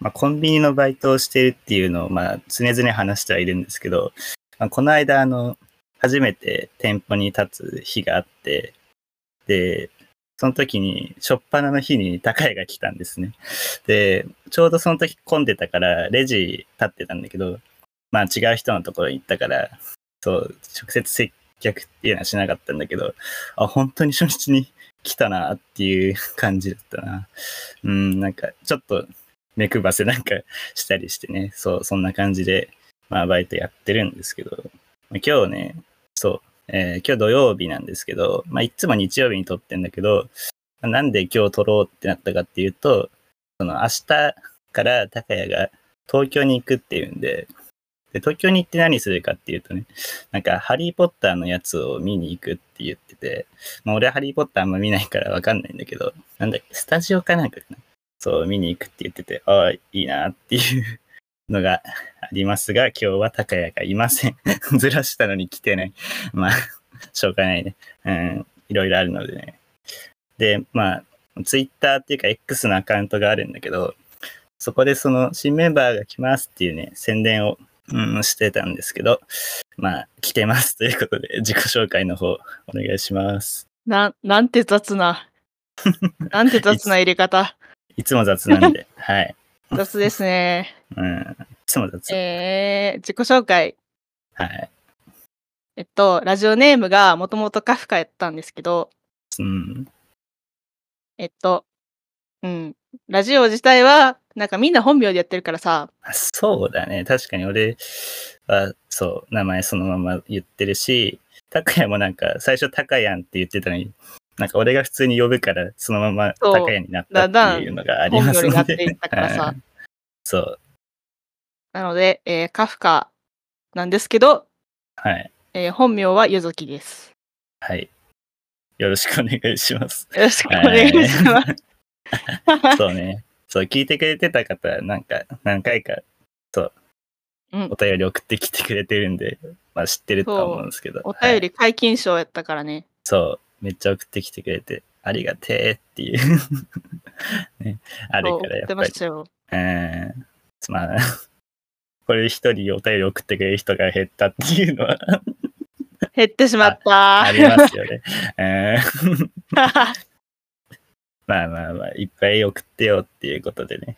まあ、コンビニのバイトをしているっていうのを、まあ、常々話してはいるんですけど、まあ、この間、あの、初めて店舗に立つ日があって、で、その時に、初っ端の日に高井が来たんですね。で、ちょうどその時混んでたから、レジ立ってたんだけど、まあ違う人のところに行ったから、そう、直接接客っていうのはしなかったんだけど、あ、本当に初日に来たなっていう感じだったな。うん、なんかちょっと目くばせなんかしたりしてね、そう、そんな感じで、まあバイトやってるんですけど、まあ今日ね、そう、えー今日土曜日なんですけど、まあいつも日曜日に撮ってんだけど、まあなんで今日撮ろうってなったかっていうと、その明日から高谷が東京に行くっていうんで、で東京に行って何するかっていうとね、なんか、ハリー・ポッターのやつを見に行くって言ってて、まあ、俺はハリー・ポッターあんま見ないからわかんないんだけど、なんだっけ、スタジオかなんかかなそう、見に行くって言ってて、ああ、いいなっていうのが ありますが、今日は高谷がいません。 ずらしたのに来てない。 まあ、しょうがないね。うん、いろいろあるのでね。で、まあ、ツイッターっていうか X のアカウントがあるんだけど、そこでその新メンバーが来ますっていうね、宣伝を、うん、してたんですけど、まあ、来てますということで、自己紹介の方、お願いします。な、なんて雑 な。なんて雑な入れ方。いつも雑なんで、はい。雑ですね。 うん、いつも雑。えー、自己紹介。はい。えっと、ラジオネームがもともとカフカやったんですけど、うん。えっと、うん。ラジオ自体は、なんかみんな本名でやってるからさ、あそうだね。確かに俺は、そう、名前そのまま言ってるし、高谷もなんか、最初高谷って言ってたのに、なんか俺が普通に呼ぶから、そのままそう高谷になったっていうのがあり本ま名すになのってで。。いったからさ そう、なので、えーカフカなんですけど、はい。えー本名はゆずきです。はい。よろしくお願いします。よろしくお願いします。そうね。そう、聞いてくれてた方、なんか、何回か、そう、うんお便り送ってきてくれてるんで、まあ知ってるとは思うんですけど。お便はいり解禁賞やったからね。そう、めっちゃ送ってきてくれて、ありがてえっていう、 ね。あるそうから、やっぱ出まりし。たよ。うん。まあ、 これ一人お便り送ってくれる人が減ったっていうのは減ってしまっ た。ありますよね。うん。 まあまあまあ、いっぱい送ってよっていうことでね。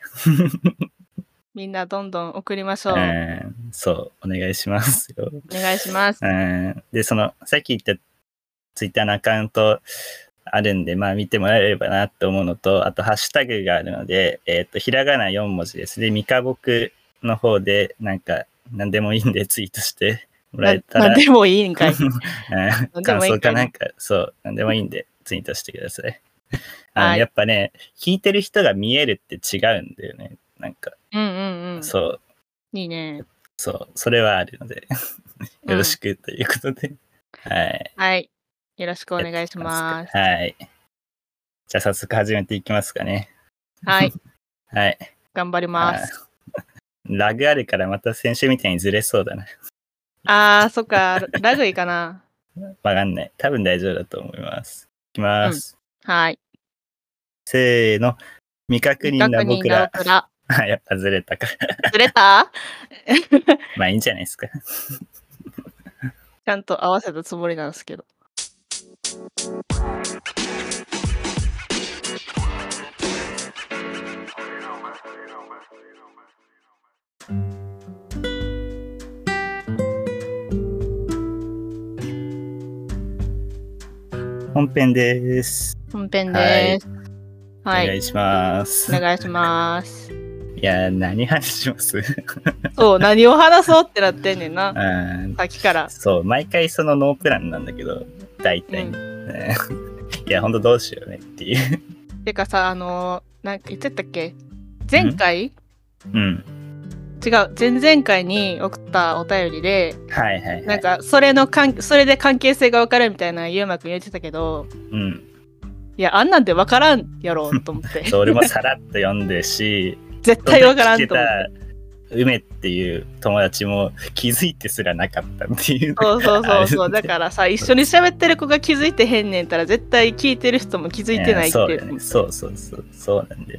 みんなどんどん送りましょう。うおん。そう、お願いしますよ。願いします。うんで、その、さっき言ったツイッターのアカウントあるんで、まあ見てもらえればなと思うのと、あとハッシュタグがあるので、えっ、と、ひらがな4文字ですね。ミカボクの方で、なんか、何でもいいんでツイートしてもらえたなら、なんでもいいん かい。うんで感もいい想かかいなんか、そう、何でもいいんでツイートしてください。あのはいやっぱね、聞いてる人が見えるって違うんだよね。なんか、うんうんうん。そう、いいね。そう、それはあるので、うんよろしくということで、はい。はい。よろしくお願いします。はい。じゃあ早速始めていきますかね。はい。はい。頑張り ます。ラグあるからまた先週みたいにずれそうだな。あー、そっか。ラグいかな。わかんない。多分大丈夫だと思います。いきます。 はい。せーの。未確認な僕ら。 未確認なあやっぱずれたか。僕らずれた まあいいんじゃないですか。ちゃんと合わせたつもりなんですけど。本編です。本編です。おは願 い。いします。お願いします。いやー、何話します そう、何を話そうってなってんねんな。うんさっきから。そう、毎回そのノープランなんだけど、大体。うね いや、ほんとどうしようねっていう。 てかさ、あのー、なんか言ってたっけ前回うん。違う前々回に送ったお便りではいはい、はい。なんかそれの関それで関係性が分かるみたいなゆうまくん言ってたけどうん。いやあんなんで分からんやろうと思って そう俺もさらっと読んでし絶 対分からんと思って聞けた梅っていう友達も気づいてすらなかったっていうそうそうそうそあうれだからさ一緒に喋ってる子が気づいてへんねんたら絶対聞いてる人も気づいてないってそういだねそうそうそうそうなんで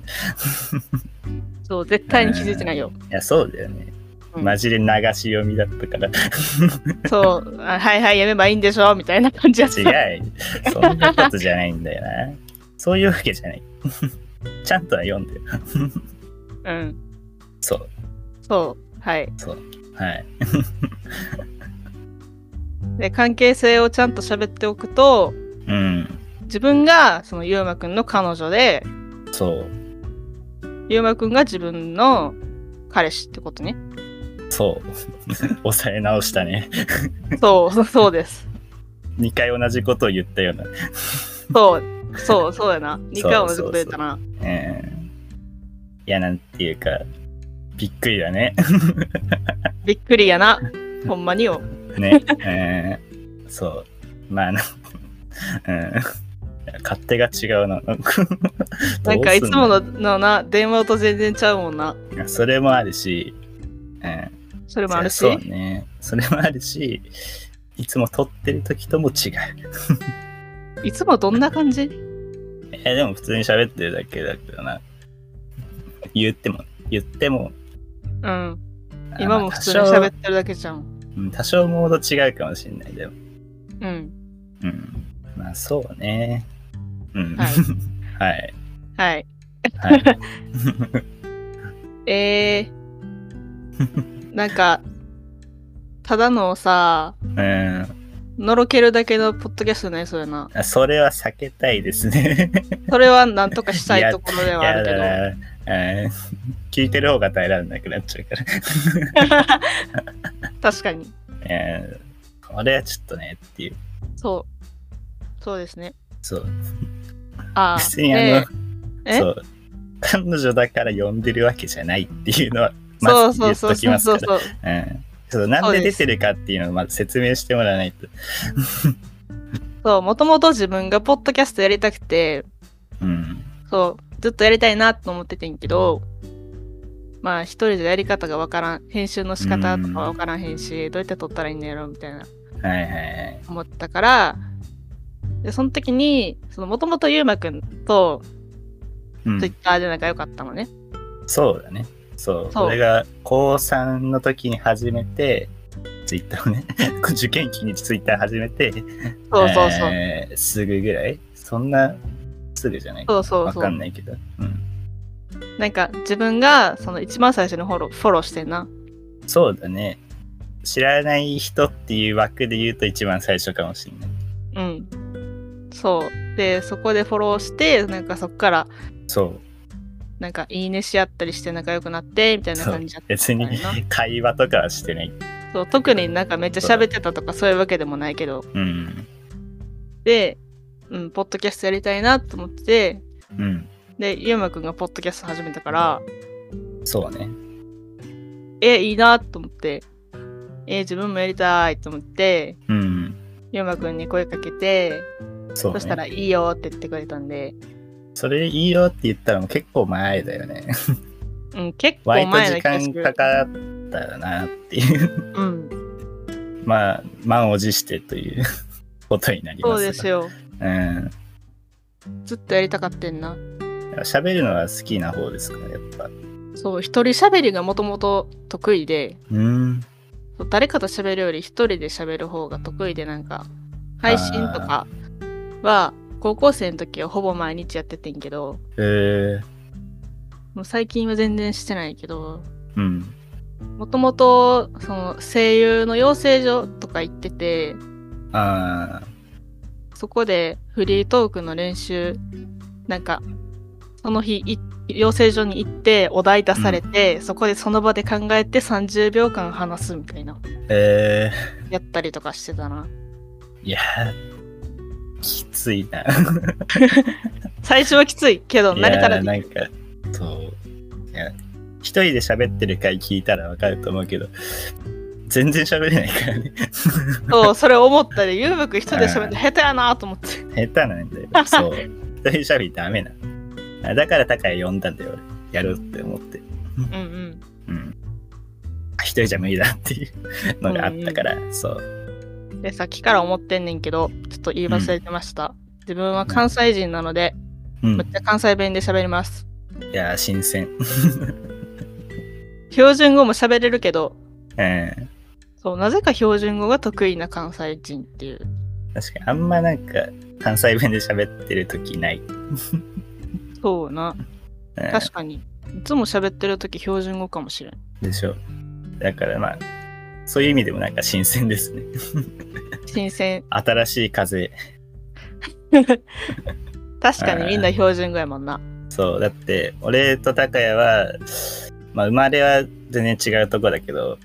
そう、絶対に気づいてないよ。いや、そうだよね。うんマジで流し読みだったから。 そう、あはいはい、やめばいいんでしょみたいな感じやった。違う。そんなことじゃないんだよな。そういうわけじゃない。 ちゃんとは読んでよ。うん。そう。そう。はい。はい。で、関係性をちゃんと喋っておくと、うん。自分が、その、ゆうまくんの彼女で、そう。ゆうまくんが自分の彼氏ってことね。そう。 抑え直したね。そう、そうそうです。 2回同じことを言ったような。そう、そう、そうやな。2回同じこと言ったな。うん。いや、なんていうか、びっくりだ ね。びっくりやな。ほんまに よ。ね。うん。そう。まあ、なうん。勝手が違 うな。なんかなんかいつもどうののな、電話と全然ちゃうもんな。すんのそれもあるし、うん。それもあるし。そうね。それもあるし、いつも撮ってる時とも違う。いつもどんな感じえ、でも普通に喋ってるだけだけどな。言っても、言っても、うん。あ今もまあ普通に喋ってるだけじゃん。多少うん多少モード違うかもしれないでも。うん。うん。まあそうね。うん。はい はい。はい。はい。え ー、なんか、ただのさ、うん。のろけるだけのポッドキャストになりそうやな。あそれは避けたいですね。それはなんとかしたいところでは あやるけど。だな。うん聞いてる方が耐えられなくなっちゃうから。確かに。うんこれはちょっとねっていう。そう。そうですね。そう。ああ。別に あの、でえそう。彼女だから呼んでるわけじゃないっていうのは、そまうずそ言うっそうときそうますそかうら。うんそうなんで出てるかっていうのをまず説明してもらわないと。そう。もともと自分がポッドキャストやりたくて、うん。そう、ずっとやりたいなと思っててんけど、まあ一人じゃやり方がわからん、編集の仕方とかわからんへんし、どうやって撮ったらいいんやろみたいなはいはいはい。思ったから、で、その時に、そのもともとゆうまくんとう Twitter で仲良かったのね。そうだね。そう。そう俺が高3の時に始めて、ツイッターをね、 受験期にツイッター始めて、そうそうそう。えーすぐぐらいそんなすぐじゃないそうそうわそかんう。ないけど。うん。なんか自分がその一番最初にフォローフォローしてんな。そうだね。知らない人っていう枠で言うと一番最初かもしれない。うん。そう。で、そこでフォローして、なんかそこから、そう。なんかいいねし合ったりして仲良くなって、みたいなそう感じだった別にみたい会話とかはしてない。そう特になんかめっちゃ喋ってたとかそういうわけでもないけどうん。で、うん、ポッドキャストやりたいなと思っててうん。でゆうまくんがポッドキャスト始めたからそうね。えいいなと思ってえ自分もやりたいと思ってうん。ゆうまくんに声かけてそう、そ,、ね。したらいいよって言ってくれたんで、それいいよって言ったらもう結構前だよね。うん、結構割と前の時気がす間るかかったよなっていう。 うん、まあ、満を持してということになりますが。そうですようん。ずっとやりたかってんな喋るのは好きな方ですから、やっぱ。そう一人喋りがもともと得意でうん。そう誰かと喋るより一人で喋る方が得意でなんか配信とかは高校生の時はほぼ毎日やっててんけどえー、もう最近は全然してないけどうん。もともとその声優の養成所とか行っててああ、そこでフリートークの練習なんかその日い養成所に行ってお題出されて、そこでその場で考えて30秒間話すみたいなえやったりとかしてたなー、いやー、きついな。最初はきついけどい慣れやたらー、でなきんるか、そう。いや、一人で喋ってる回聞いたらわかると思うけど、全然喋れないからね。そう、それ思ったで、ゆうまくん一人で喋って下手やなと思って。下手なんだよ。そう。一人喋りダメなの。だから高い呼んだんだよ、俺。やろうって思って。うんうん。うん。あ一人じゃ無理だっていうのがあったから、そう。で、さっきから思ってんねんけど、ちょっと言い忘れてました。自分は関西人なので、うんめっ。ちゃ関西弁で喋ります。いやー、新鮮。標準語も喋れるけど、ええそう、なぜか標準語が得意な関西人っていう。確かにあんまなんか関西弁で喋ってる時ない。そうな。うん確かに。いつも喋ってるとき標準語かもしれん。でしょ。だからまあ、そういう意味でもなんか新鮮ですね。新鮮。新しい風。確かにみんな標準語やもんな。そう、だって俺と高也は、まあ生まれは全然違うとこだけど、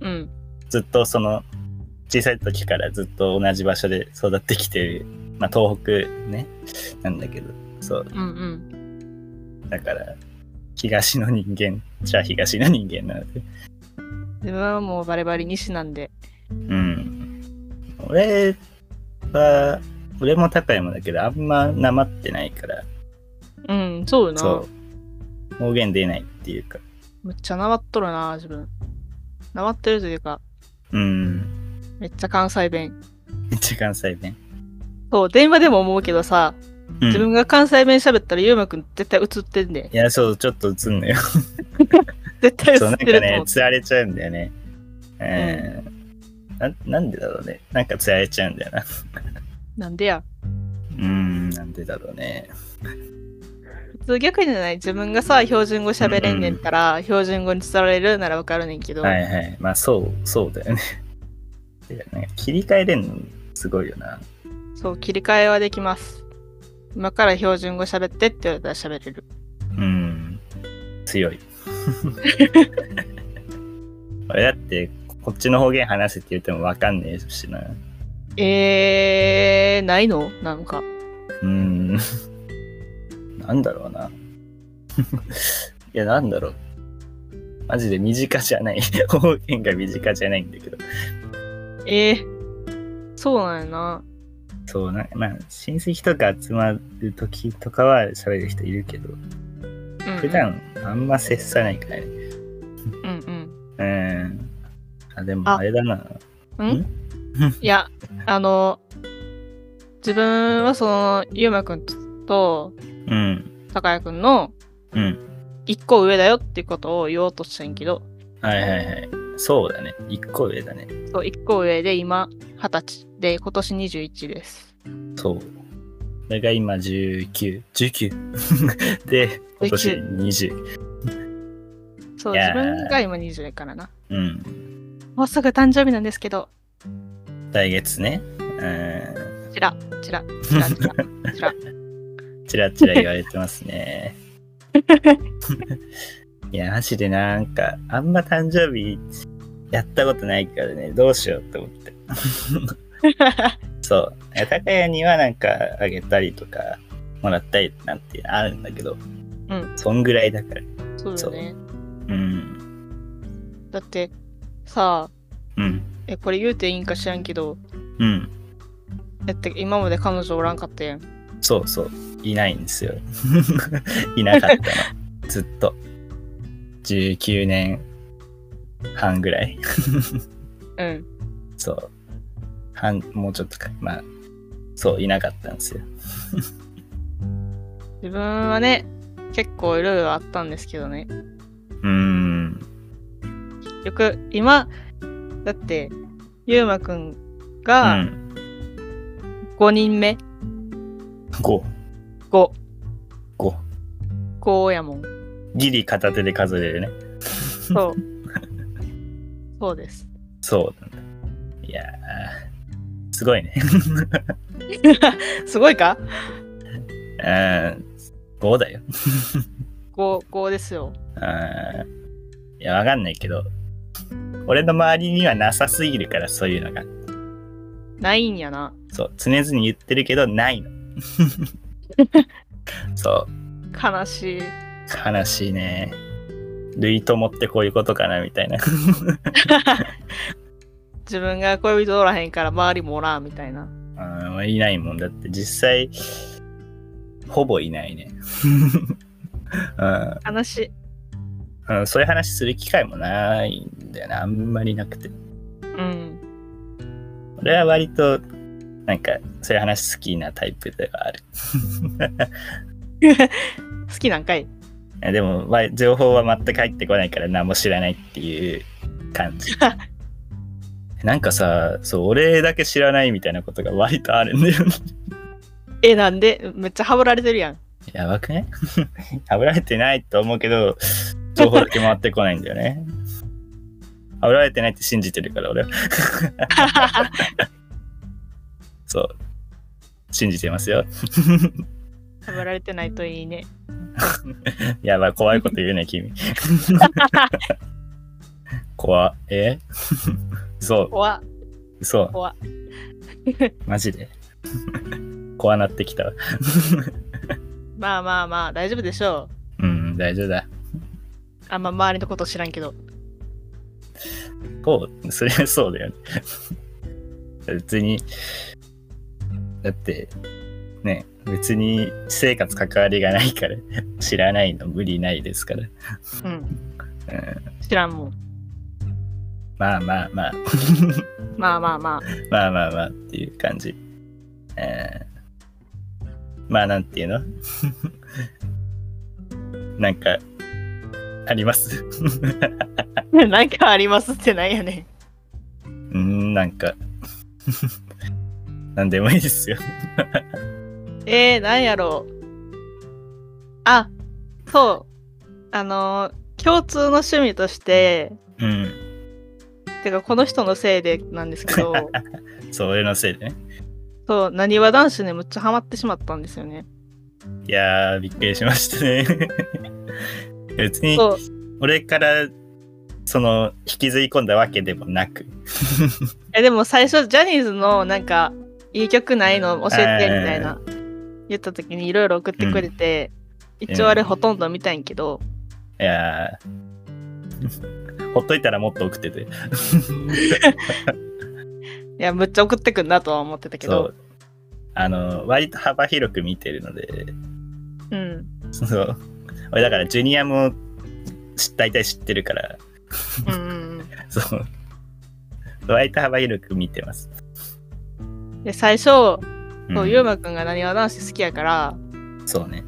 うん。ずっとその小さい時からずっと同じ場所で育ってきてる、まあ、東北ねなんだけどそううんうん。だから東の人間じゃあ東の人間なので自分はもうバリバリ西なんで。うん俺は俺も高山だけどあんまなまってないからうん、そうな。そう方言出ないっていうかむっちゃなまっとるな、自分。なまってるというか、うんめっちゃ関西弁。めっちゃ関西弁、そう、電話でも思うけどさ、うん、自分が関西弁喋ったら、ゆうまくん絶対映ってん で。いやそうちょっと映んのよ絶対 映そう、なんっかてるとね思、う。つられちゃうんだよね。えーななんでだろうね。なんかつられちゃうんだよな。なんでや。うーん、なんでだろうね。普通逆じゃない自分がさ、標準語喋れんねんから、標準語に伝われるならわかるねんけど、はいはい。まあ、そう、そうだよね。 てか、なんか切り替えれんの、すごいよな。そう、切り替えはできます。今から標準語喋ってって言われたら喋れる。うん、強 い。 俺だって、こっちの方言話せって言ってもわかんねえしな。えー、ないのなんか。うん。なんだろうな。 いや、なんだろう。マジで身近じゃない。方言が身近じゃないんだけど。えー、そうなんやな。そう、なまあ、親戚とか集まる時とかは喋る人いるけど、うん、普段あんま接さないからね。うんううん。ん。あ、でもああれだな。うん いや、あの、自分はその、ゆうまくんと、うん。たかやくんの、うん。一個上だよっていうことを言おうとしたんやけど、はいはいはい。そうだね。一個上だね。そう、一個上で今、二十歳で、今年21です。そう。俺が今19。19。で、今年20。そう、いや自ー分が今20からな。うん。もうすぐ誕生日なんですけど、来月ね。うん。ちら、ちら、ちら、ち ら、ちら。チラチラ言われてますね。 いや、マジでなんか、あんま誕生日やったことないからね、どうしようって思 って。そう。いや高谷にはなんかあげたりとか、もらったりなんてあるんだけど、うんそんぐらいだから。そうだよね。うん。だって、さうん。あ、え、これ言うていいんか知らんけど、うん。だって今まで彼女おらんかったやん。そうそう。いないんですよ。 いなかったの。ずっと。19年半ぐらい。うん。そう。半、もうちょっとか。まあ、そう、いなかったんですよ。自分はね、結構いろいろあったんですけどね。うーん。よく、今、だって、ゆうまくんうがん。 5人目、 5、 5、 5。 5や もん。ギリ片手で数えれるね。そう。そうです。そうなんだ。いやー、すごいね。 すごいかうん。5だよ。 ?5、5ですよ。うん。いや、わかんないけど、俺の周りにはなさすぎるから、そういうのが。ないんやな。そう、常々言ってるけど、ないの。そう。悲しい。悲しいね。類友ってこういうことかな、みたいな。自分が恋人おらへんから周りもおらんみたいな。あーいないもんだって実際ほぼいないねうん悲しい。うん、そういう話する機会もないんだよなあんまりなくてうん。俺は割となんかそういう話好きなタイプではある好きなんかい。えでも、まあ情報は全く入ってこないから何も知らないっていう感じ。なんかさ、そう、俺だけ知らないみたいなことが割とあるんだよね。 え、なんでめっちゃハブられてるやん。やばくね はぶられてないと思うけど、情報だけ回ってこないんだよね。はぶられてないって信じてるから、俺は。そう。信じてますよ。ハブられてないといいね。やばい、怖いこと言うね、君。怖え そう、怖っそう。怖マジで。 怖なってきたわ。まあまあまあ、大丈夫でしょうう。ん、大丈夫だ。あんま周りのこと知らんけど。そう、それはそうだよね。別に、だって、ね、別に私生活関わりがないから、知らないの無理ないですから。ううん。ん、知らんもん。まあまあまあ、まあまあまあ。まあまあまあっていう感じ。えーまあなんていうの なんか、あります なんかありますってないやねん。うーん、なんか、 なんでもいいですよ。えー、なんやろう。あ、そう。あのー、共通の趣味として、うん、てかこの人のせいでなんです けど、そう、俺のせいでね。そう、なにわ男子にむっちゃハマってしまったんですよね。いやー、びっくりしましたね。 別に、そう、俺から、その、引きずり込んだわけでもなく。えでも最初ジャニーズのなんかいい曲ないの教えてみたいな言った時にいろいろ送ってくれて、一応あれほとんど見たんやけど、いやー、 ほっといたらもっと多くてて。いやむっちゃ送ってくんなとは思ってたけそどう。あの、割と幅広く見てるので、うんそう。俺だから、ジュニアも知、大体知ってるから、うんうんそう。割と幅広く見てます。うんで最初そうう、んゆうまくんがなにわ男子好きやからそうね。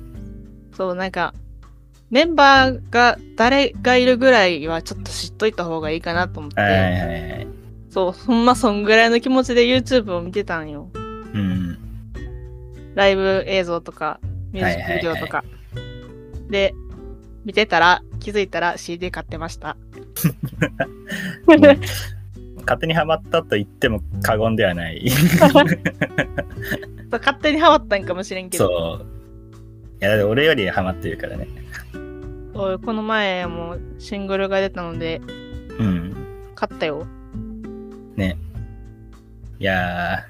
そうなんかメンバーが誰がいるぐらいはちょっと知っといた方がいいかなと思って、はいはいはいはい。そうほんまそんぐらいの気持ちで YouTube を見てたんようん。ライブ映像とか、ミュージックビデオとか。で、見てたら、気づいたら CD 買ってました。 勝手にハマったと言っても過言では ない。勝手にハマったんかもしれんけど、そう。いや、俺よりハマってるからね。そうこの前もシングルが出たので、うん。買ったよ。いや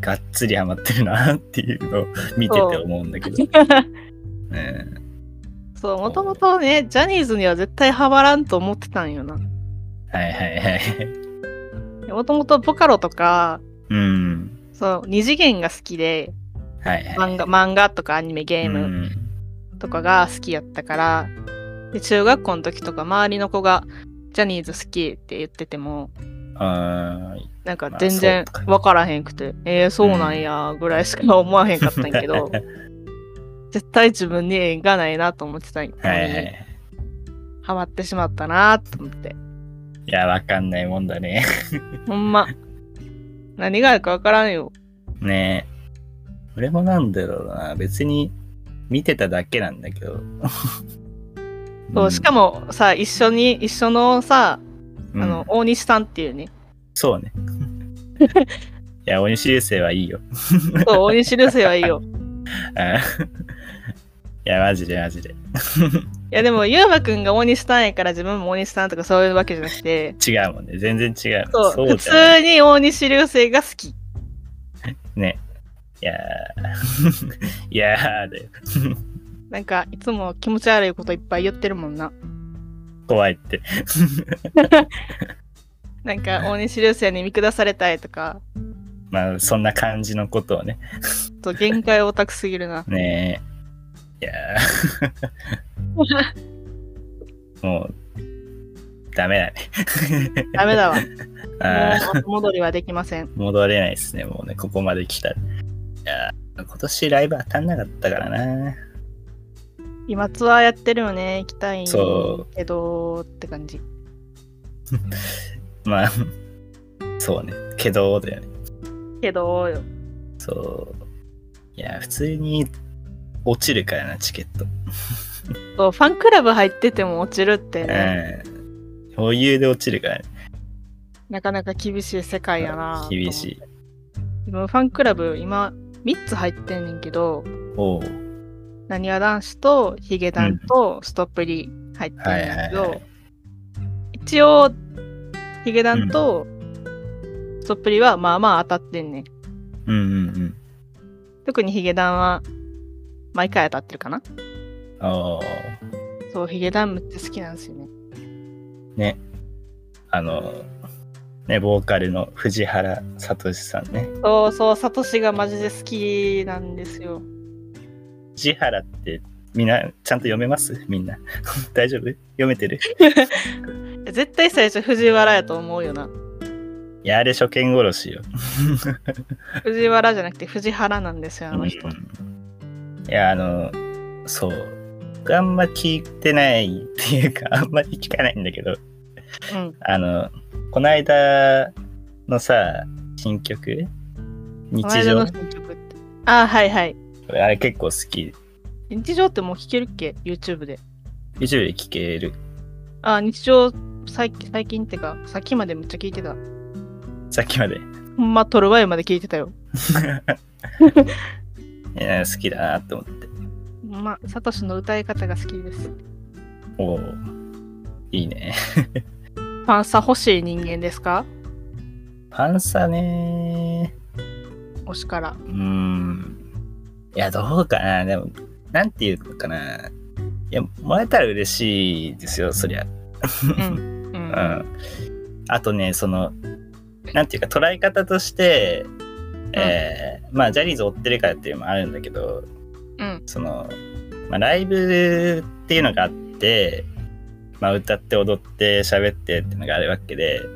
ー、がっつりハマってるなっていうのを見てて思うんだけど。うん、そう、もともとね、ジャニーズには絶対ハマらんと思ってたんよな。はいはいはい。もともとボカロとか、うん。そう、二次元が好きで、はいはい。漫画漫画とかアニメ、ゲーうムんとかが好きやったから、で中学校の時とか周りの子がジャニーズ好きって言ってても、あーなんかまあ全然そうか分からへんくて、えー、そうなんやぐらいしか思わへんかったんやけ ど絶対自分に縁がないなと思ってたんやけどはいはい。ハマってしまったなと思っていや、わかんないもんだね。ほんま何があるか分からんよねえ。俺もなんだろうな。別に見てただけなんだけど。そうしかも、もさ一緒に一緒のさ、うんあの大西さんっていうねそうね。 いや、大西流星はいいよ。そう大西流星はい いよあーいや、マジでマジで。いやでもゆうまくんが大西さんやから自分も大西さんとかそういうわけじゃなくて違うもんね。全然違う。そうそう普じゃない。通に大西流星が好きね。いやー。 いやーで、なんかいつも気持ち悪いこといっぱい言ってるもんな怖いって。なんか大西流星に見下されたいとか、まあ、そんな感じのことをね。。ちょっと限界オタクすぎるなねえ。いや ー、もう、ダメだね。ダメだわ。 あーもう後戻りはできません。戻れないですね。もうね、ここまで来たら。いやー今年ライブ当たんなかったからな。今ツアーやってるよね、行きたいそけどって感じ。まあ、 そうね。けど、だよね。けどよ、そう。いや、普通に落ちるからな、チケット。そうファンクラブ入ってても落ちるってね、うん。余裕で落ちるからね。なかなか厳しい世界やな。厳しい。い。でもファンクラブ今3つ入ってんねんけど、おうなにわ男子とヒゲダンとストップリー入ってるんだけど、はいはいは一応ヒゲダンとストップリーはまあまあ当たってんねん。うんうん特にヒゲダンは毎回当たってるかなうん。おうそう、ヒゲダンむって好きなんですよね。あの、ね、ボーカルの藤原聡さんね。そうそう、サトシがマジで好きなんですよ。藤原ってみんなちゃんと読めますみんな。 大丈夫読めてる絶対最初藤原やと思うよな。いや、あれ初見殺しよ。藤原じゃなくて藤原なんですよ、あの人。うんいや、あの、そう。僕あんま聞いてないっていうか、あんまり聞かないんだけど、うん。あの、こないだのさ、新曲日この間常の新曲って。あー、はいはい。あれ結構好き。日常ってもう聴けるっけ ?YouTube で。 YouTube で聴ける。あー、日常最近、最近ってか、さっきまでめっちゃ聞いてた。さっきまで。ほんま、撮る前まで聞いてたよ。いや好きだなって思って。ほんまあ、サトシの歌い方が好きです。おおいいね。ファンサ欲しい人間ですかパンサね推しから。うーん。いや、どうかな。でも、なんていうのかな。いや、もらえたら嬉しいですよ、そりゃ。うん。う。うんん。あとね、その、なんていうか、捉え方として、えーまあ、ジャニーズ追ってるからっていうのもあるんだけど、うん。その、まあ、ライブっていうのがあって、まあ、歌って踊って喋ってっていうのがあるわけで、う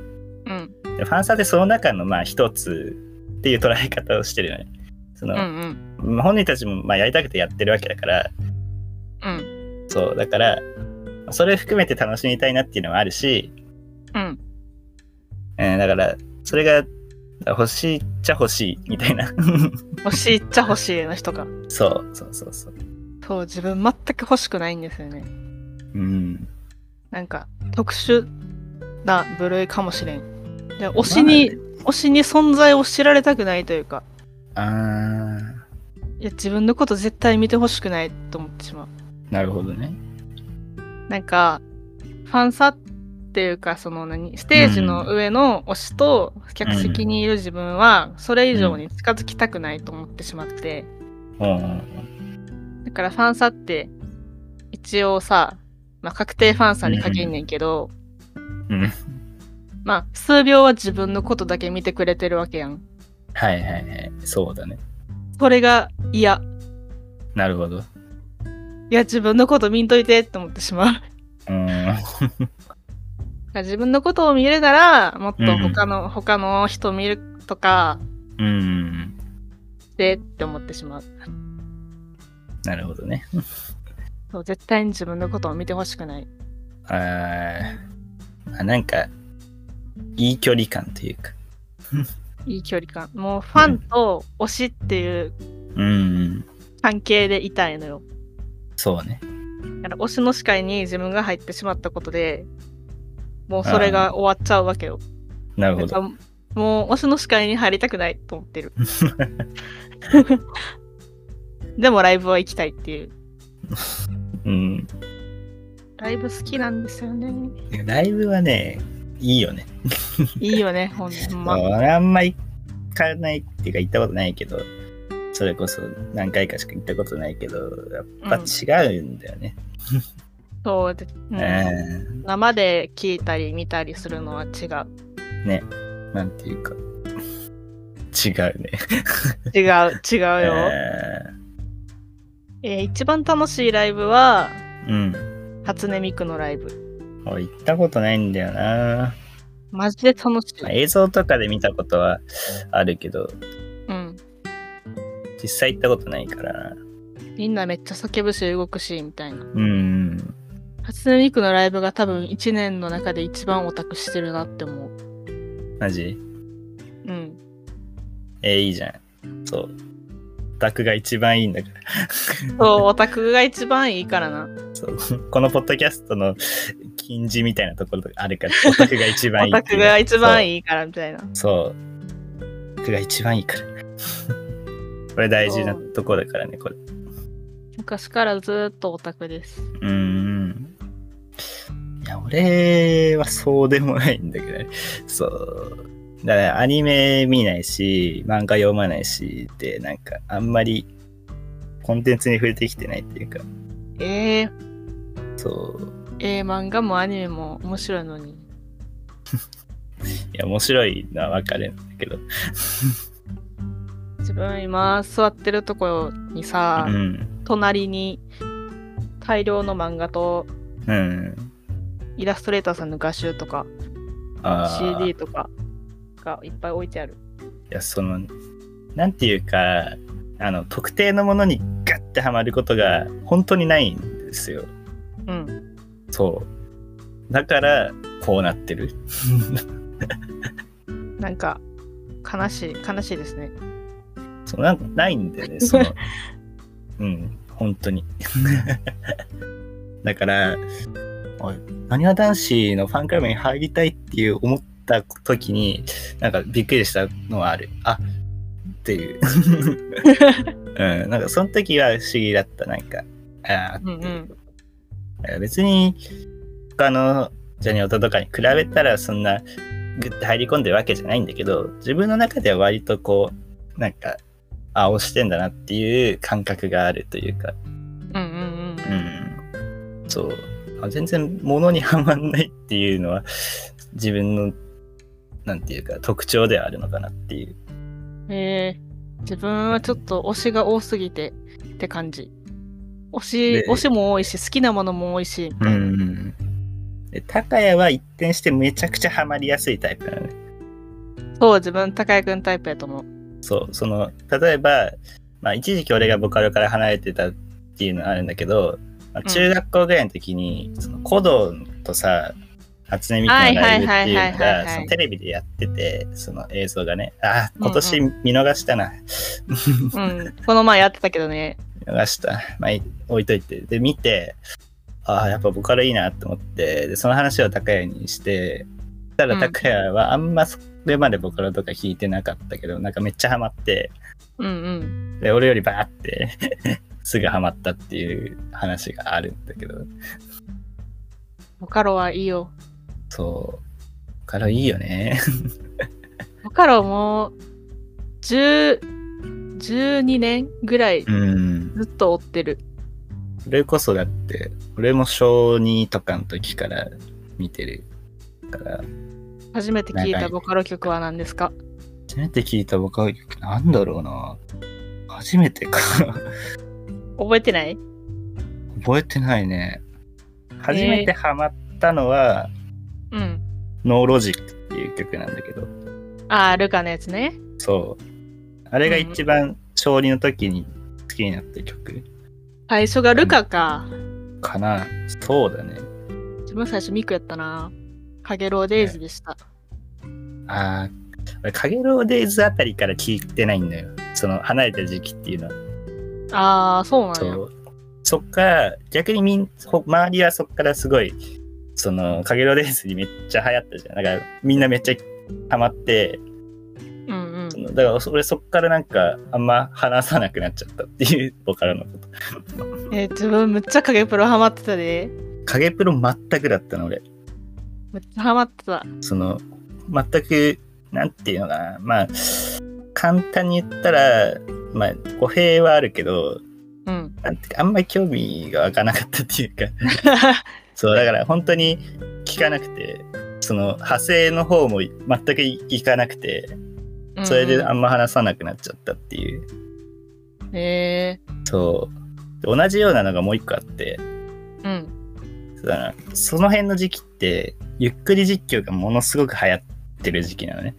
ん。でファンサーってその中のまあ一つっていう捉え方をしてるよね。そうん。うの、ん。まあ本人たちもまあやりたくてやってるわけだから、うん。そう、だから、それ含めて楽しみたいなっていうのもあるし、うん。うん、だから、それが欲しいっちゃ欲しいみたいな。欲しいっちゃ欲しいの人か。そう、そうそうそう。そう、自分全く欲しくないんですよね。うん。なんか、特殊な部類かもしれん。で推しに、推しに存在を知られたくないというか、あー、いや、自分のこと絶対見てほしくないと思ってしまう。なるほどね。なんか、ファンサっていうか、その何、ステージの上の推しと客席にいる自分は、それ以上に近づきたくないと思ってしまって、うん。だからファンサって一応さ、まあ、確定ファンサに限んねんけど、うん。まあ数秒は自分のことだけ見てくれてるわけやん。はいはいはい。そうだね。それが嫌。なるほど。いや自分のこと見んといてって思ってしまう。だかうん。ら自分のことを見るならもっとうんうん他の、他の人見るとかうん。でって思ってしまう。なるほどね。そう絶対に自分のことを見てほしくない。あーあなんかいい距離感というかいい距離感。もうファンと推しっていううん関係でいたいのよ。そうねだから推しの視界に自分が入ってしまったことでもうそれが終わっちゃうわけよ。なるほなどんかもう推しの視界に入りたくないと 思ってる。でもライブは行きたいっていう。うんライブ好きなんですよね。ライブはねいいよね、いいよね、ほんま。俺あんま行かないっていうか行ったことないけどそれこそ何回かしか行ったことないけどやっぱ違うんだよね、そうで、ううんん生で聞いたり見たりするのは違う。なんていうか違うね違う、違うよ。えー一番楽しいライブは、うん初音ミクのライブ。俺行ったことないんだよな、マジで楽しまあい。映像とかで見たことはあるけどうん。実際行ったことないからなみんなめっちゃ叫ぶし動くしみたいなうん。初音ミクのライブが多分1年の中で一番オタクしてるなって思うマジうんえーいいじゃん。そう。オタクが一番いいんだから。そうオタクが一番いいからなそう。このポッドキャストの禁じみたいなところとかあるから、オタクが一番いオい。タクが一番い。いいからみたいなそう。オタクが一番いいから。 これ大事なところだからね、これ。昔からずっとオタクですうーん。いや、俺はそうでもないんだけどね。そう。だからアニメ見ないし、漫画読まないし、で、なんかあんまりコンテンツに触れてきてないっていうか、ええそう。ええ漫画もアニメも面白いのにいや、面白いのはわかるんだけど。自分今座ってるとこにさ、うん。隣に大量の漫画とうん。イラストレーターさんの画集とかああ。 CD とかがいっぱい置いてあるいやそのなんていうかあの特定のものにガッてはまることが本当にないんですようんそうだからこうなってるなんか悲しい悲しいですねそうなんかないんだよねそのうん本当にだからおいなにわ男子のファンクラブに入りたいっていう思った時になんかびっくりしたのはあるあっていう、うん、なんかその時は不思議だったなんかあーうんうんえー別に他のジャニオタとかに比べたらそんなグッて入り込んでるわけじゃないんだけど自分の中では割とこうなんかあ押してんだなっていう感覚があるというかうんうんううんんそうあ全然物にはまんないっていうのは自分のなんていうか特徴ではあるのかなっていうえー自分はちょっと推しが多すぎてって感じ推しで推しも多いし好きなものも多いしみたいなうんで高谷は一転してめちゃくちゃハマりやすいタイプなのねそう自分高谷くんタイプやと思うそう、その、例えば、まあ、一時期俺がボカロから離れてたっていうのはあるんだけど、まあうん中学校ぐらいの時に、その、古道とさ、初音ミクのライブっていうのはいはいはいはいはいが、はいそのテレビでやってて、その映像がね、ああ、うんうん今年見逃したな。うんこの前やってたけどね見逃した。まあ、い置いといて。で、見て、ああ、やっぱボカロいいなと思って、で、その話を高谷にして、そしたうらん高谷はあんまそれまでボカロとか聞いてなかったけど、なんかめっちゃハマって、うんうんで俺よりバーって すぐハマったっていう話があるんだけどボカロはいいよ。そうからいいよねボカロもう、10 12年ぐらいうんずっと追ってる。それこそだって俺も小2とかの時から見てるから初めて聞いたボカロ曲は何ですか初めて聞いたボカロ曲なんだろうな初めてか 覚えてない覚えてないね初めてハマったのは、うん。ノーロジックっていう曲なんだけどあー、ルカのやつね。そうあれが一番小2の時に好きになった曲最初がルカか。かなそうだね自分最初ミクやったな。カゲロウデイズでした。ああ、俺、カゲロウデイズあたりから聞いてないんだよ。その、離れた時期っていうのは。あー、そうなんそや。う。そっから、逆にみん、ほ周りはそっからすごい、その、カゲロウデイズにめっちゃ流行ったじゃん。だから、みんなめっちゃハマって、うんうんそ。のだから、俺そっからなんか、あんま話さなくなっちゃったっていう、ボカロのこと。えー自分むっちゃカゲプロハマってたで。カゲプロ全くだったの、俺。むっちゃハマってた。その、全く、なんていうのかな。まあ、簡単に言ったら、まあ、語弊はあるけど、うん。なんていうかあんまり興味が湧かなかったっていうか そうだから本当に聞かなくてその派生の方も全くいかなくて それであうん、ま話さなくなっちゃったっていうんえそうで同じようなのがもう一個あってー、 うん。そうだなその辺の時期ってゆっくり実況がものすごく流行ってる時期なのね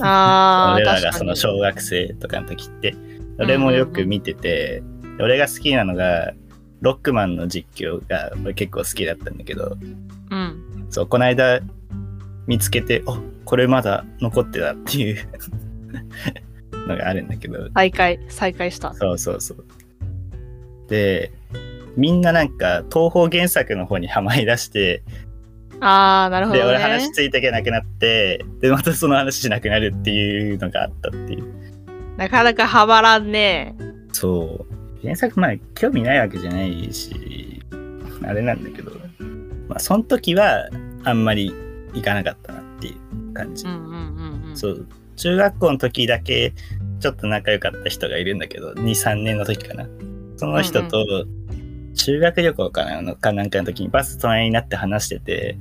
あー、俺ら確かがにその小学生とかの時って俺もよく見てて、で俺が好きなのが、ロックマンの実況が俺結構好きだったんだけど、うん。そう、この間見つけて、あこれまだ残ってたっていう のがあるんだけど、再開、再開した。そうそうそう。で、みんななんか東方原作の方にはまり出して、ああ、なるほど、で、ね。俺話ついていけなくなって、で、またその話しなくなるっていうのがあったっていう。なかなかはまらんねそう。原作まあ興味ないわけじゃないし、あれなんだけど、まあその時はあんまりいかなかったなっていう感じうん。うんうんうん。そう。中学校の時だけちょっと仲良かった人がいるんだけど、2、3年の時かな。その人と、修学旅行かなのかなんかの時にバス隣になって話してて、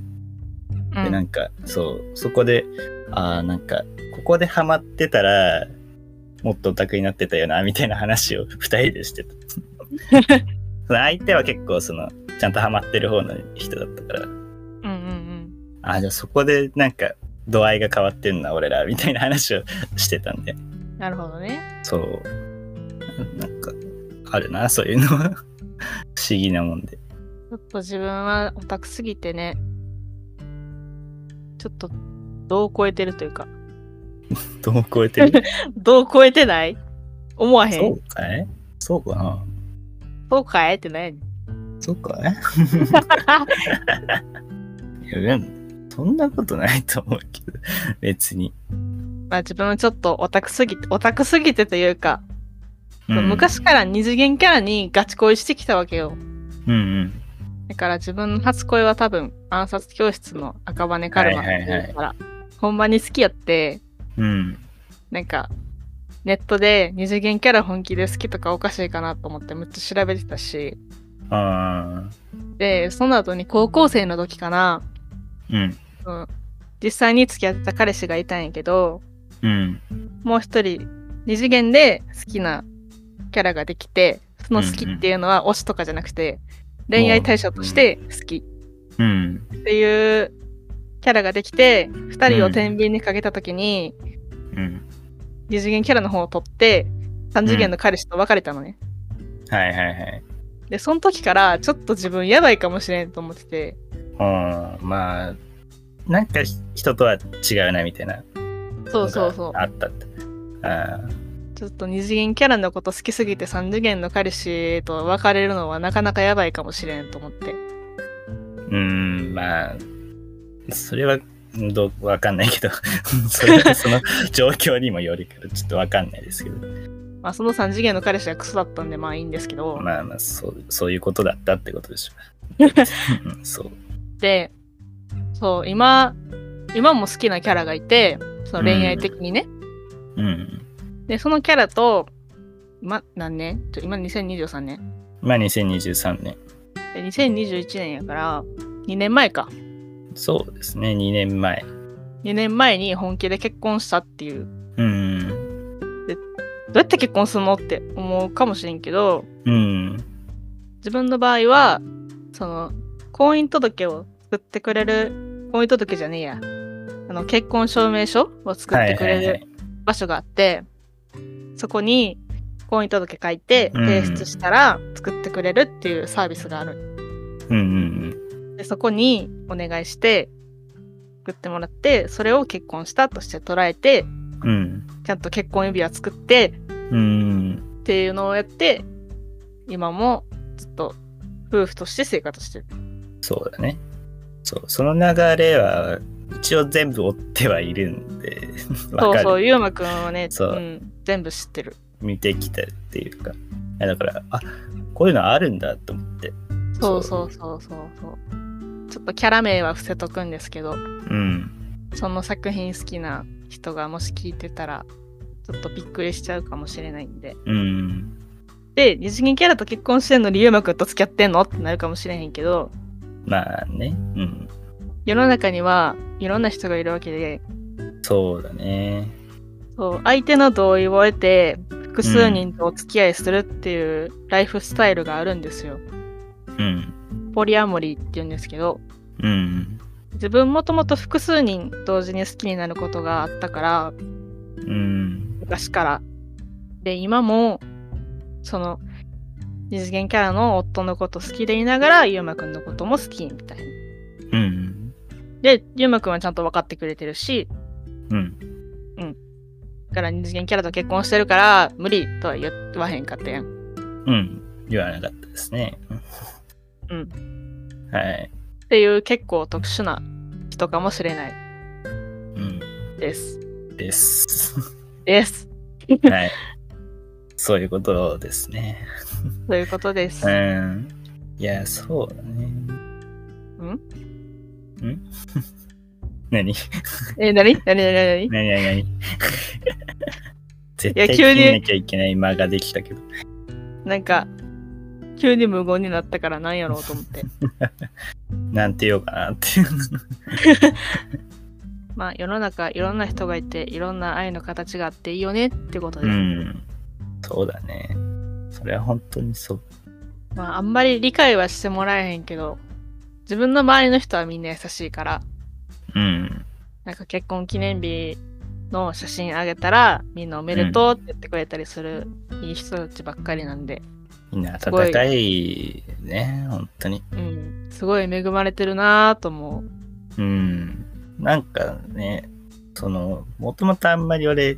う。でなんんかそうそこでああなんかここでハマってたらもっとオタクになってたよなみたいな話を 2人でしてたその相手は結構そのちゃんとハマってる方の人だったからうんうんああじゃあそこでなんか度合いが変わってんな俺らみたいな話を してたんでうん。なるほどね。そうなんかあるなそういうのは不思議なもんでちょっと自分はオタクすぎてね、ちょっと、どう超えてるというか、 どう超えてるどう超えてない思わへん。そうかいそうかなそうかえってないねん。そう かいいや、でも、そんなことないと思うけど、別に。まあ自分はちょっとオタクすぎて、オタクすぎてというか、うん、昔から二次元キャラにガチ恋してきたわけよ。うんうん。だから自分の初恋は多分暗殺教室の赤羽カルマっていうから、はいはいほんまに好きやって、うん。なんかネットで二次元キャラ本気で好きとかおかしいかなと思ってむっちゃ調べてたし、ああ。で、その後に高校生の時かな、うん。うん、実際に付き合ってた彼氏がいたんやけど、うん。もう一人二次元で好きなキャラができてその好きっていうのは推しとかじゃなくて、恋愛対象として好きうん。っていうキャラができて二人を天秤にかけた時に、うん。二次元キャラの方を取って三次元の彼氏と別れたのね、はいはいはい。でその時からちょっと自分やばいかもしれんと思っててうん。まあ、なんか人とは違うなみたいな。そうそうそうあったって。ああ。ちょっと二次元キャラのこと好きすぎて三次元の彼氏と別れるのはなかなかやばいかもしれんと思ってうん、まあ、それは、どうわかんないけど、 それはその状況にもよるから、ちょっとわかんないですけど。まあ、その3次元の彼氏はクソだったんで、まあいいんですけど。まあまあそう、そういうことだったってことでしょ う。うんそう。で、そう、今、今も好きなキャラがいて、その恋愛的にね。うん。で、そのキャラと、ま、何年ちょ今2023年。まあ2023年。で2021年やから、2年前か。そうですね、2年前。 2年前に本気で結婚したっていう。うん。どうやって結婚するのって思うかもしれんけど、うん。自分の場合は、その、婚姻届を作ってくれる、婚姻届じゃねえや。あの、結婚証明書を作ってくれるい。場所があって、そこに婚姻届書いてうん提出したら作ってくれるっていうサービスがある、うんうんでそこにお願いして作ってもらってそれを結婚したとして捉えてうん。うん。ちゃんと結婚指輪作ってうん。っていうのをやって今もずっと夫婦として生活してるそうだね。そう。その流れは、一応全部追ってはいるんで、 わそうかそうる。ゆうまくんはね、そうん全部知ってる見てきたっていうか。いやだから、あこういうのあるんだと思って。そうそうそうそうそうちょっとキャラ名は伏せとくんですけどうん。その作品好きな人がもし聞いてたら、ちょっとびっくりしちゃうかもしれないんで。うん。で、二次元キャラと結婚してんのに、ゆうまくんと付き合ってんのってなるかもしれへんけど、まあね。うん。世の中にはいろんな人がいるわけで、そうだね。そう相手の同意を得て、複数人とお付き合いするっていうライフスタイルがあるんですよ。うん。ポリアモリーって言うんですけど、うん。自分もともと複数人同時に好きになることがあったから、うん。昔から。で、今も、その、二次元キャラの夫のこと好きでいながら、ゆうまくんのことも好きみたいな。うん。で、ゆうまくんはちゃんと分かってくれてるし、うん。だから二次元キャラと結婚してるから、無理とは言わへんかったやん。うん。言わなかったですね。うん。はい。っていう結構特殊な人かもしれないうん。です。です。です。はい。そういうことですね。ということです。うん。いや、そうだね。んん何え、なになになになに何何何絶いや対急に切んなきゃいけない間ができたけど。なんか、急に無言になったからなんやろうと思って。 なんて言おうかなっていう。まあ世の中いろんな人がいていろんな愛の形があっていいよねってことでうす、ん。そうだね。それは本当にそう。まああんまり理解はしてもらえへんけど自分の周りの人はみんな優しいからうん。なんか結婚記念日の写真あげたらみんなおめでとうって言ってくれたりする、いい人たちばっかりなんで、みんな温かいね、本当に。うん、すごい恵まれてるなぁと思ううん。なんかね、その、もともとあんまり俺、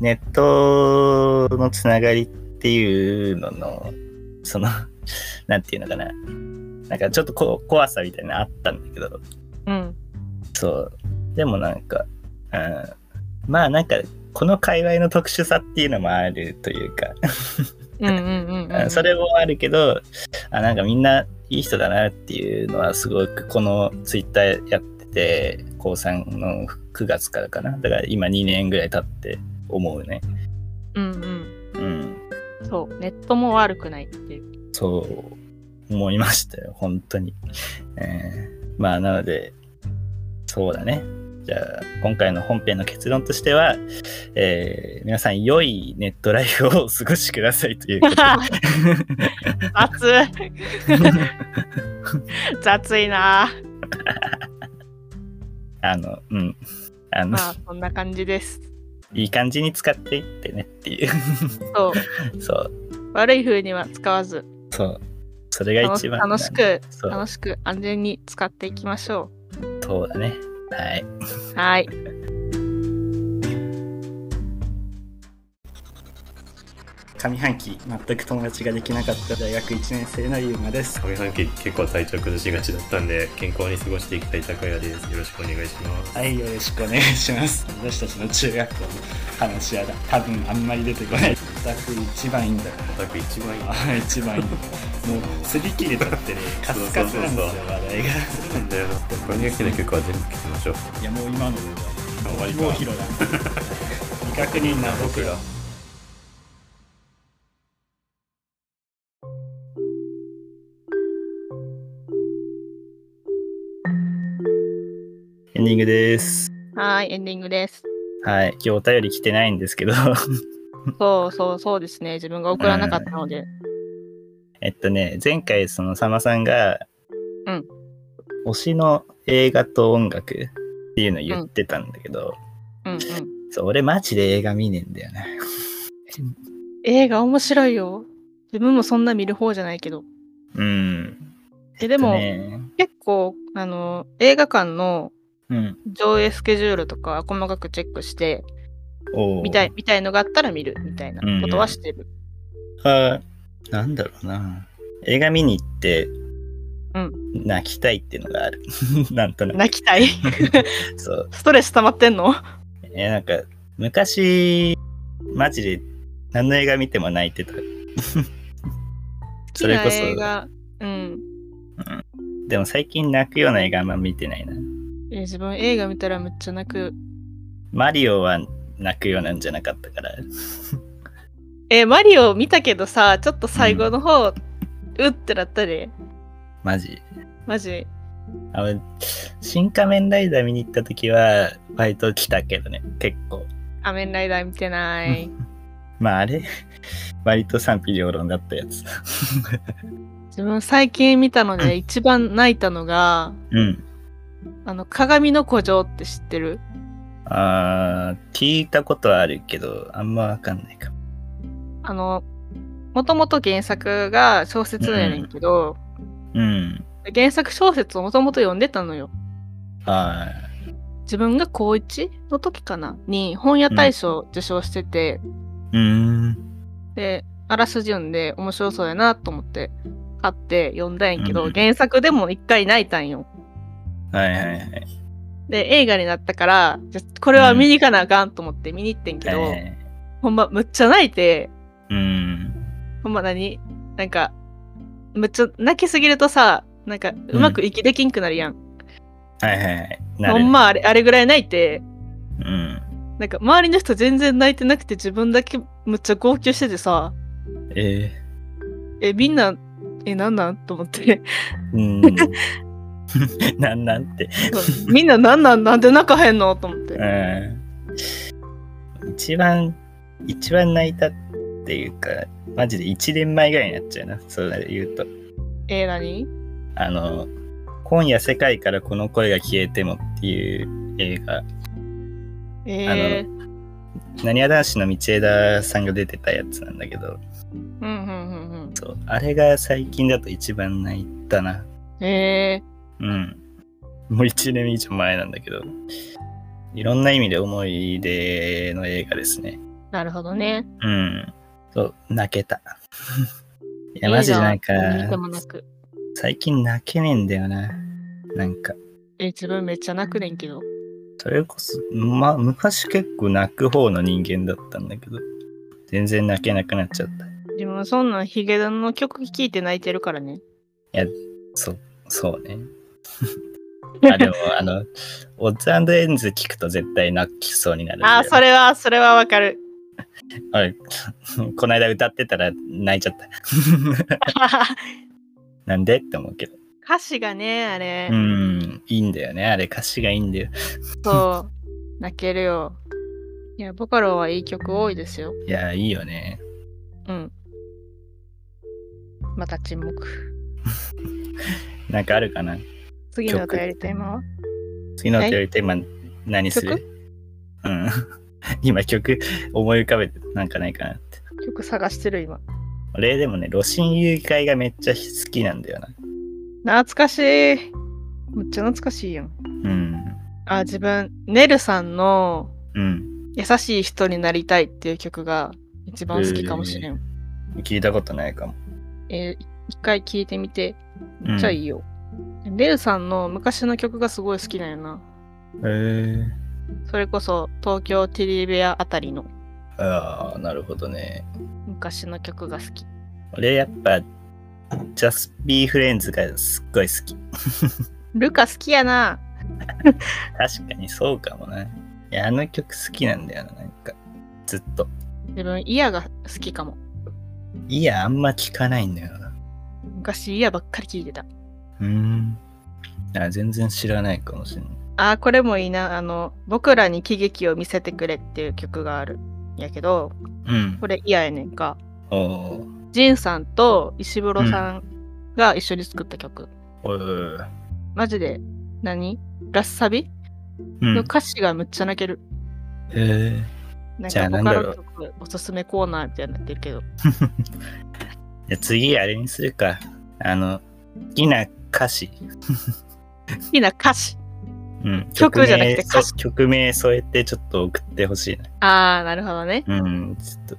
ネットのつながりっていうのの、その、 なんていうのかな。なんかちょっとこ怖さみたいなのあったんだけど、うんそう。でもなんか、うん、まあなんか、この界隈の特殊さっていうのもあるというか、うんうんうん、う、うんんそれもあるけどあなんかみんないい人だなっていうのはすごくこのツイッターやってて高3の9月からかなだから今2年ぐらい経って思うねうんうんうんそうネットも悪くないって いうそう思いましたよ本当に、えーまあなのでそうだねじゃあ今回の本編の結論としては、えー皆さん良いネットライフをお過ごしくださいということ で熱い雑いなぁあのうんあのまあそんな感じです。いい感じに使っていってねって いう。そうそう。悪い風には使わずそう。それが楽一し番楽し。くそう。楽しく安全に使っていきましょそうだね。はい。う。はい。上半期、全く友達ができなかった大学1年生のゆうまです。上半期結構体調崩しがちだったんで健康に過ごしていきたい高谷ですよろしくお願いしますはい、よろしくお願いします。私たちの中学校の話は多分あんまり出てこない。全く一番いいんだから。オタク一番いいあ一番いい。もう、すり切れたってね、カスカスなんですよ、そうそうそうそ話題うが。なんだよなこれにきの曲は全部聴きましょういや、もう今ので終わりかもう広だ。 未確認な僕ら。エンディングです。はいエンディングです。はい、今日お便り来てないんですけど、 そうそうそうですね。自分が送らなかったので。えっとね、前回そのさんまさんが、うん推しの映画と音楽っていうの言ってたんだけど、うんうん。そう俺マジで映画見ねえんだよね。 映画面白いよ。自分もそんな見る方じゃないけど。うん。えでも、ね、結構あの映画館のうん。上映スケジュールとかは細かくチェックしておー見たい見たいのがあったら見るみたいなことはしてる。あーなんだろうな映画見に行って、うん泣きたいっていうのがある なんとな泣き たい。くそうストレス溜まってんの？えーなんか昔マジで何の映画見ても泣い てたそれこそ好きな映画、うん。でも最近泣くような映画あんま見てないなえー自分映画見たらめっちゃ泣く。マリオは泣くようなんじゃなかったから えーマリオ見たけどさ、ちょっと最後の方、うってなったで、マジマジ。あの新仮面ライダー見に行った時はバイト来たけどね結構仮面ライダー見てない。まああれ 割と賛否両論だったや つ自分最近見たので一番泣いたのが、うんあの、鏡の古城って知ってるあー聞いたことはあるけど、あんまわかんないかも。あの、もともと原作が小説なんやねんけど、うん。原作小説をもともと読んでたのよ。は自分が高1の時かなに本屋大賞を受賞してて、い。うーん。で、あらすじ読んで面白そうやなと思って買って読んだんやけど、うん原作でも一回泣いたんよ。はいはいはい。で、映画になったから、じゃこれは見に行かなあかんと思って見に行ってんけど、はいはいほんまむっちゃ泣いて、うん。ほんま何なんか、むっちゃ泣きすぎるとさ、なんかうまく息できんくなるやん。はいはいはい。なほるねん。まあれあれぐらい泣いて、うん。なんか周りの人全然泣いてなくて自分だけむっちゃ号泣しててさ、ええ、みんな、え、なんなんと 思って。ー、うん。なんなんて。みんななんなんなんで泣かへんのと思って。うん。一番、一番泣いたっていうか、マジで1年前ぐらいになっちゃうな、そう言うと。え、何あの、今夜世界からこの声が消えてもっていう映画、えー、なにわ男子の道枝さんが出てたやつなんだけど、うんうんうんそう、あれが最近だと一番泣いたな。うん。えうん。もう1年以上前なんだけど、いろんな意味で思い出の映画ですね。ー、なるほどね。うん。そう、泣け た。いや、マジでなんか映、画を見てもなく。最近泣けねえんだよな。なんか、え、自分めっちゃ泣くねんけど。それこそ、ま、昔結構泣く方の人間だったんだけど、全然泣けなくなっちゃった。自分そんなんヒゲダンの曲聴いて泣いてるからね。そう、そう ね。あ、でも、あの、オッズエンズ聞くと絶対泣きそうになるんだよあな、ー、それは、それはわかる。 あれ この間歌ってたら泣いちゃった。なんでって思うけど。歌詞がね、あれう、ん、いいんだよね。あれ歌詞がいいんだよ。そう、泣けるよ。いや、ボカロはいい曲多いですよ。いや、いいよね。うん。また沈黙。なんかあるかな次のお曲便りテーマは次のお便りテーマ何するうん。 今曲思い浮かべてなんかないかなって。曲探してる今。俺でもね、露心誘拐がめっちゃ好きなんだよな。懐かしい。めっちゃ懐かしいやん。うん。あ、自分、ねるさんのうん。優しい人になりたいっていう曲が一番好きかもしれん。聞いたことないかも。えー一回聴いてみて。めっちゃいいよ。レルさんの昔の曲がすごい好きなんよな。へえそれこそ東京ティリベアあたりのああ、なるほどね。昔の曲が好き。俺やっぱ、ジャスピーフレンズがすっごい好き。ルカ好きやな。確かにそうかもな。いや、あの曲好きなんだよな、なんか。ずっと。自分イヤが好きかも。いや、あんま聞かないんだよな。昔イヤばっかり聴いてた。うーん。あ全然知らないかもしれない。ああ、これもいいな。あの、僕らに喜劇を見せてくれっていう曲があるんやけど、うんこ。れイヤやねんか。おおー。ジンさんと石黒さんが一緒に作った曲。おーマジで何ラッサビうん。のへ歌詞がむっちゃ泣ける。え。なんじゃかあなボんカだろロう曲おすすめコーナーみたいになってるけど。じゃあ次、あれにするか。あの、好きな歌詞。好きな歌詞。うん。曲じゃなくて曲名歌詞曲名添えてちょっと送ってほしいな。ああ、なるほどね。うん。ちょっと、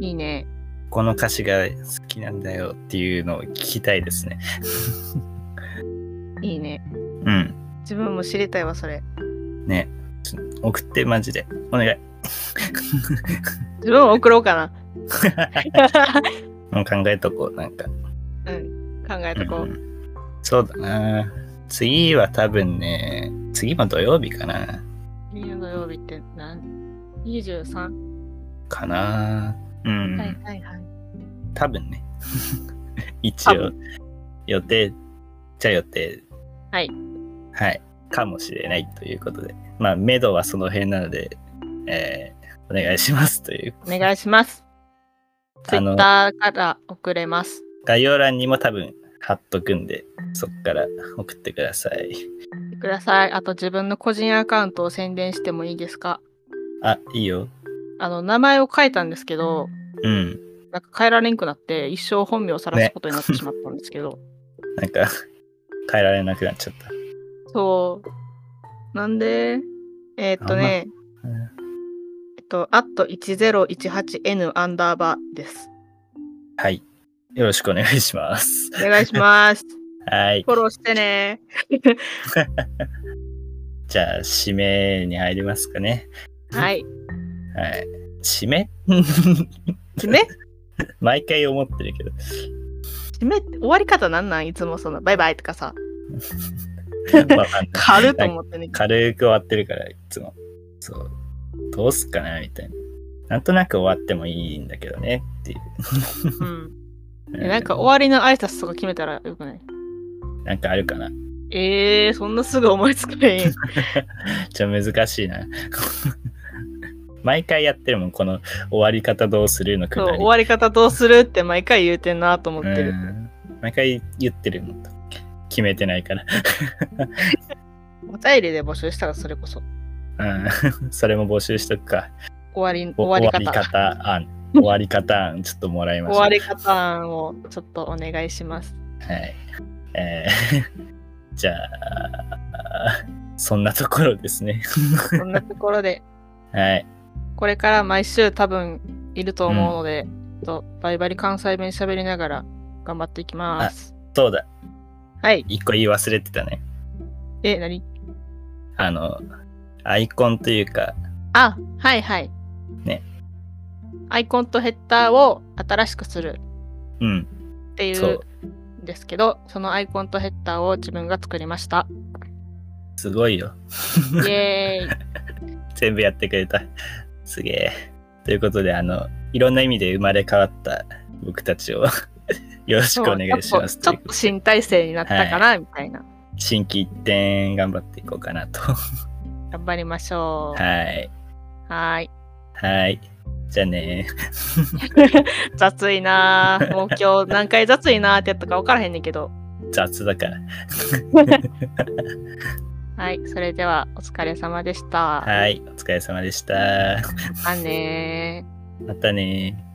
いいね。この歌詞が好きなんだよっていうのを聞きたいですね。いいね。うん。自分も知りたいわ、それ。ね。ちょ送って、マジで。お願い。自分も送ろうかな。もう考えとこう、なんか。 うん。考えとこうう。んそうだな。次は多分ね、次も土曜日かな。次の土曜日って何 ?23? かな。うん。はいはいはい。多分ね。 一多応、予定、じゃあ予定。はい。はい。かもしれないということで。まあ、目処はその辺なので、えーお願いしますという。お願いします。あの Twitter から送れます。概要欄にも多分貼っとくんで、そっから送ってください。ください。あと自分の個人アカウントを宣伝してもいいですかあ、いいよ。あの、名前を書いたんですけど、うん。なんか変えられんくなって、一生本名を晒すことになってしまったんですけど、なんか、変えられなくなっちゃった。そう。なんで、えーっとね、あんまえっと、アット 1018n アンダーバーです。はい。よろしくお願いします。お願い します。はいフ。ォローしてね。じゃあ、締めに入りますかね。はい。はい。締め 締め毎回思ってるけど。締めって終わり方なんなんいつもそのバイバイと かさ、わかんない軽っと思ってね。軽く終わってるから、いつも。そう。どうすっかなみたいな。なんとなく終わってもいいんだけどねっていう。うん。えなんか終わりの挨拶とか決めたらよくないなんかあるかな。えー、そんなすぐ思いつく へん。ちょ、難しいな。 毎回やってるもん、この終わり方どうするのくそうだり終。わり方どうするって毎回言うてんなと思ってるう。ん毎回言ってるもん。決めてないから。お便りで募集したらそれこそうん。 それも募集しとくか。終わり終おわり終わり方方案。終わり方案、ちょっともらいまし終た。わり方案をちょっとお願いし ます。はい。えー じゃあ、そんなところですね。そんなところで、はい。これから毎週多分いると思うので、とバリバリ関西弁喋りながら頑張っていきます。そうだ、はい。一個言い忘れてたね。え、何あの、アイコンというか、あ、はいはい。ね。アイコンとヘッダーを新しくするうん、っていそううんですけど、そのアイコンとヘッダーを自分が作り ました。すごいよ。イエーイ。全部やってくれた。すげえ。ということで、あの、いろんな意味で生まれ変わった僕たちを よろしくお願いします。ちょっとちといょっうこととで新体制になったかな、みたいな。心機一転頑張っていこうかなと。頑張りましょう。はい。はーい。はい。じゃあね雑いなぁ。もう今日何回雑いなぁってやったか分からへんねんけど。雑だから。はい。それではお疲れ様でした。はい。お疲れ様でした。まあねー。またねー